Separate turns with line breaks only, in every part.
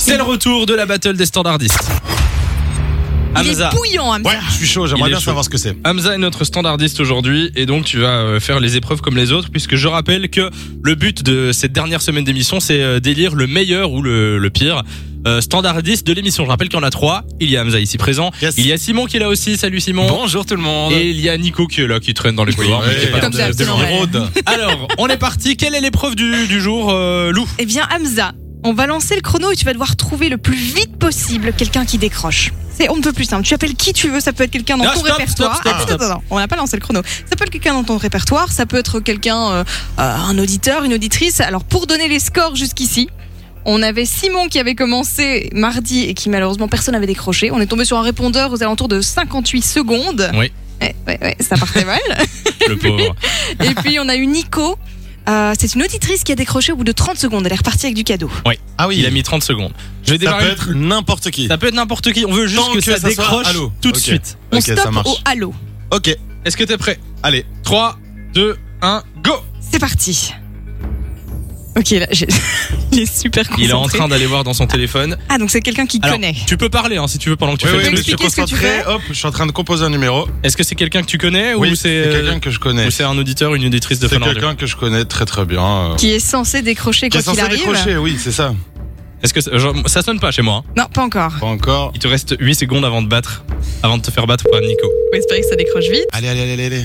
C'est le retour de la battle des standardistes.
Il est
Hamza.
bouillant, Hamza.
Ouais, je suis chaud,
Il
j'aimerais
est
bien
chaud.
savoir ce que c'est.
Hamza est notre standardiste aujourd'hui et donc tu vas euh, faire les épreuves comme les autres puisque je rappelle que le but de cette dernière semaine d'émission c'est euh, d'élire le meilleur ou le, le pire euh, standardiste de l'émission. Je rappelle qu'il y en a trois. Il y a Hamza ici présent.
Yes.
Il y a Simon qui est là aussi. Salut Simon.
Bonjour tout le monde.
Et il y a Nico qui est là, qui traîne dans les couloirs. mais qui est pas là.
Comme ça, absolument, ouais.
Alors, on est parti. Quelle est l'épreuve du, du jour, euh, Lou
Eh bien, Hamza, on va lancer le chrono et tu vas devoir trouver le plus vite possible quelqu'un qui décroche. C'est on ne peut plus simple. Tu appelles qui tu veux, ça peut être quelqu'un dans
Non,
ton
stop,
répertoire.
stop, stop,
Attends,
stop.
attends, attends, on n'a pas lancé le chrono. Ça peut être quelqu'un dans ton répertoire, ça peut être quelqu'un, euh, euh, un auditeur, une auditrice. Alors pour donner les scores jusqu'ici. On avait Simon qui avait commencé mardi et qui malheureusement personne n'avait décroché. On est tombé sur un répondeur aux alentours de 58 secondes.
Oui.
Ouais, ouais, ouais, ça partait mal.
Le pauvre.
Et puis on a eu Nico. Euh, c'est une auditrice qui a décroché au bout de 30 secondes. Elle est repartie avec du cadeau.
Ah oui,
Il a mis 30 secondes. Je vais
ça
démarrer.
peut être n'importe qui.
Ça peut être n'importe qui. On veut juste
Tant
que,
que
ça,
ça soit
décroche
à l'eau.
tout de
Ok.
suite.
On
Ok, ça
stoppe
marche.
au halo.
Ok,
Est-ce que t'es prêt
allez.
3, 2, 1, go
C'est parti. Ok, là, j'ai- il est super concentré.
Il est en train d'aller voir dans son téléphone.
Ah, donc c'est quelqu'un qui
Alors,
connaît.
tu peux parler hein, si tu veux pendant que tu
Oui,
fais
oui,
le
je
truc.
suis
expliquer ce que tu
concentré.
fais
Hop, je suis en train de composer un numéro.
Est-ce que c'est quelqu'un que tu connais ou
Oui,
c'est euh,
c'est quelqu'un que je connais.
ou c'est un auditeur, une auditrice de
C'est
Fun Radio
quelqu'un que je connais très très bien. euh,
Qui est censé décrocher quand
Qui est
il
censé
arrive.
décrocher, oui, c'est ça.
Est-ce que ça- genre, ça sonne pas chez moi hein.
Non, pas encore.
Pas encore.
Il te reste 8 secondes avant de battre, avant de te faire battre par Nico.
On espérer que ça décroche vite.
Allez, allez, allez, allez, allez.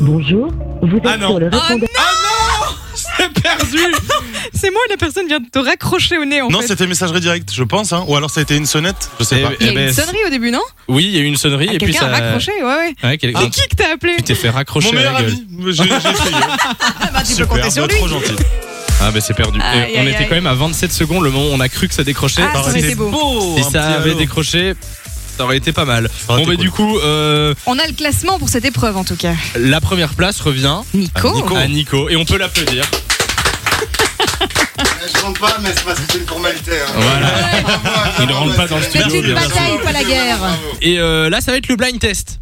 Bonjour, vous êtes
Ah non.
sur le
Oh
répondeur.
J'ai perdu
c'est moi, la personne vient de te raccrocher au nez en
Non,
fait.
c'était messagerie directe, je pense. hein. Ou alors ça a été une sonnette, je sais
Eh
pas.
oui.
Il y a une
ben,
sonnerie au début, non
Oui, il y a eu une sonnerie
Ah,
et puis
Quelqu'un
ça. Ah.
a raccroché, ouais, ouais.
Ouais, quel-
C'est qui que t'as appelé
Tu t'es fait raccrocher
Ah, Mon
à la
meilleur
gueule.
ami, j'ai j'ai essayé.
Ah bah, tu peux
Super,
compter sur
bah,
lui.
trop gentil.
Ah bah c'est perdu. Et
Aïe,
on
aïe,
était
aïe.
quand même à 27 secondes le moment où on a cru que ça décrochait.
Ah, ça aurait été beau.
si
Oh, un petit
ça avait
halo.
décroché, ça aurait été pas mal.
aurait
Bon
été
bah
cool.
du coup, euh,
On a le classement pour cette épreuve en tout cas.
la première place revient
Nico, Ah,
à Ah, Nico et on peut l'applaudir.
Eh, Je rentre pas, mais c'est parce que c'est une formalité. hein.
Voilà.
Bravo,
Il ne rentre pas dans le
c'est
studio,
bien.
bien
sûr. bataille, pas la guerre.
Bravo.
Et euh, là ça va être le blind test.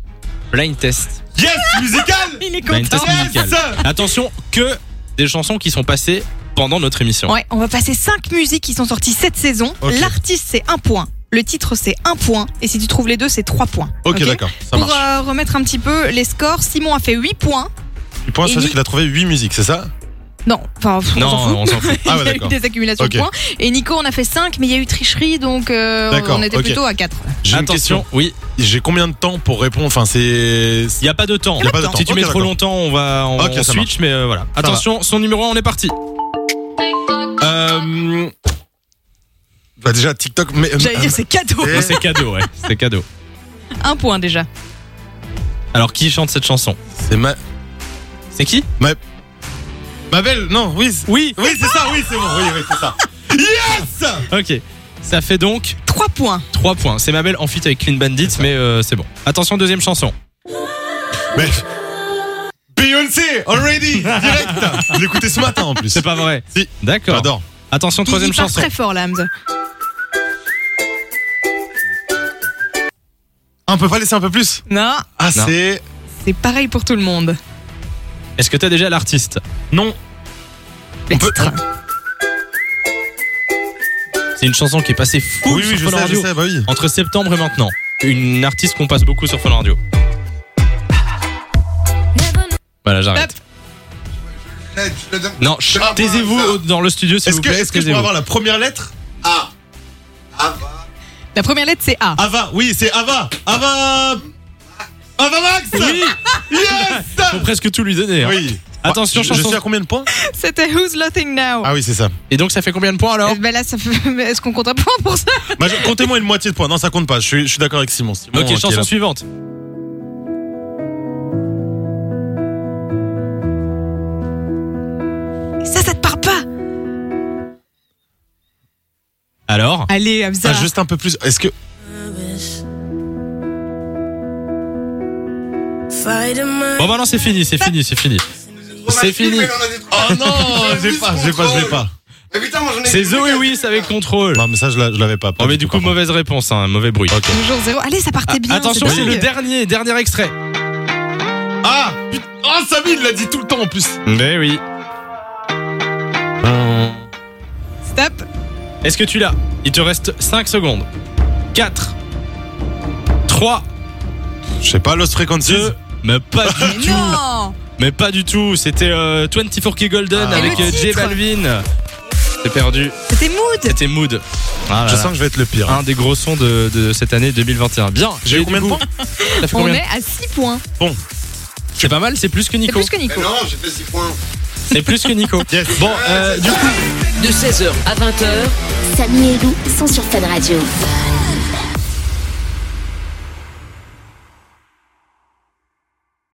Blind test.
Yes, musical
il est
Blind
content.
Bah,
Ah,
test
Ah,
musical. Attention que des chansons qui sont passées pendant notre émission.
Ouais, on va passer 5 musiques qui sont sorties cette saison.
Ok.
L'artiste, c'est 1 point. Le titre, c'est 1 point. Et si tu trouves les deux, c'est 3 points.
Ok,
Ok.
d'accord, ça
Pour
marche.
euh, remettre un petit peu les scores, Simon a fait 8 points.
Du point, ça veut
Élie-
dire qu'il a trouvé 8 musiques, c'est ça
Non, enfin, pff, on
Non,
s'en fout.
on s'en fout.
Ah ouais,
il y a eu
d'accord.
des accumulations
Ok.
de points. Et Nico, on a fait 5, mais il y a eu tricherie, donc euh,
D'accord,
on était
ok. Euh,
plutôt à 4.
J'ai une
Attention,
question.
oui,
J'ai combien de temps pour répondre Enfin, c'est.
il n'y a pas de temps.
Y a pas de temps.
Si tu
Ok,
mets trop
d'accord.
longtemps, on va on,
Ok,
on
ça
switch, mais euh, voilà.
va.
Attention, son numéro 1, on est parti.
Euh, bah déjà TikTok, mais
J'allais dire, c'est cadeau.
Euh,
C'est cadeau, ouais, c'est cadeau.
Un point déjà.
Alors qui chante cette chanson
c'est ma
C'est qui
ma belle, non, oui, c'est-
Oui
oui, c'est ça, oui, c'est bon, oui, oui, c'est ça.
Ok. Ça fait donc
3 points.
3 points. C'est ma belle en feat avec Clean Bandit, mais euh, c'est bon. Attention, deuxième chanson.
Mais... Beyoncé, already, direct. Je l'ai écouté ce matin en plus.
C'est pas vrai
Si.
D'accord.
J'adore.
Attention,
Il-
troisième
il part
hein.
chanson.
très fort, là, Hamza.
Ah, on peut pas laisser un peu plus
Non,
Ah,
Non.
c'est
c'est pareil pour tout le monde.
Est-ce que t'as déjà l'artiste
non.
Le
On peut-
titre.
C'est une chanson qui est passée fou
oui,
sur
oui, je
Fun
sais, je
Radio
sais, bah oui.
entre septembre et maintenant. Une artiste qu'on passe beaucoup sur Fun Radio. Voilà, j'arrête.
Là, Eh, tu le donnes.
Non, chut,
Ah, bah,
taisez-vous
ça.
au- dans le studio s'il
Est-ce
vous
que,
plaît.
est-ce que je pourrais
taisez-vous.
avoir la première lettre
Ah. Ah, bah.
La première lettre, c'est A.
Ava, oui, c'est Ava, Ava, Ava Max.
Oui,
Yes.
faut presque tout lui donner. hein.
Oui.
Attention,
je, je
chanson.
suis à combien de points
C'était Who's Laughing Now
Ah oui, c'est ça.
Et donc ça fait combien de points alors
Eh ben là, ça fait... Est-ce qu'on compte un point pour ça
Bah, je- Comptez-moi une moitié de points. Non, ça compte pas. Je suis, je suis d'accord avec Simon. Simon,
Ok,
qui est
chanson
là.
suivante.
Ça, ça te parle pas
Alors
Allez, Hamza.
Ah, juste un peu plus. Est-ce que
Bon bah non, c'est fini, c'est fini, c'est fini. C'est fini.
Oh
Oh, j'ai pas, j'ai pas, j'ai pas.
Mais putain, moi j'en ai.
C'est
plus
Zoé
qu'un.
Wiss avec contrôle.
Non, mais ça, je l'a- je l'avais pas.
Oh mais du coup,
par contre.
mauvaise réponse, hein, mauvais bruit.
Toujours zéro. Allez, ça partait bien.
Ah, Attention, c'est le
dingue.
dernier, dernier extrait.
Ah putain, Oh, Samy, il l'a dit tout le temps en plus.
Mais oui.
Stop.
Euh, Est-ce que tu l'as Il te reste 5 secondes. 4, 3,
Je sais pas, Lost Frequencies.
2, mais pas du
Mais non
Mais pas du tout, c'était euh, 24K Golden
Ah.
avec
Et le
euh, J
titre
Balvin. T'es perdu,
C'était Mood
c'était Mood. Ah là
Je
là.
sens que je vais être le pire.
Un des gros sons de, de cette année 2021. Bien,
J'ai eu
Et
combien
du
de
coup,
points
T'as fait
On
combien
est à 6 points.
C'est pas mal, c'est plus que
C'est
Nico.
plus que
Mais
Nico.
non, j'ai fait 6 points.
C'est plus que Nico.
Yes.
Bon, euh, du coup,
De 16h à 20h,
Samy et Lou sont sur Fun Radio.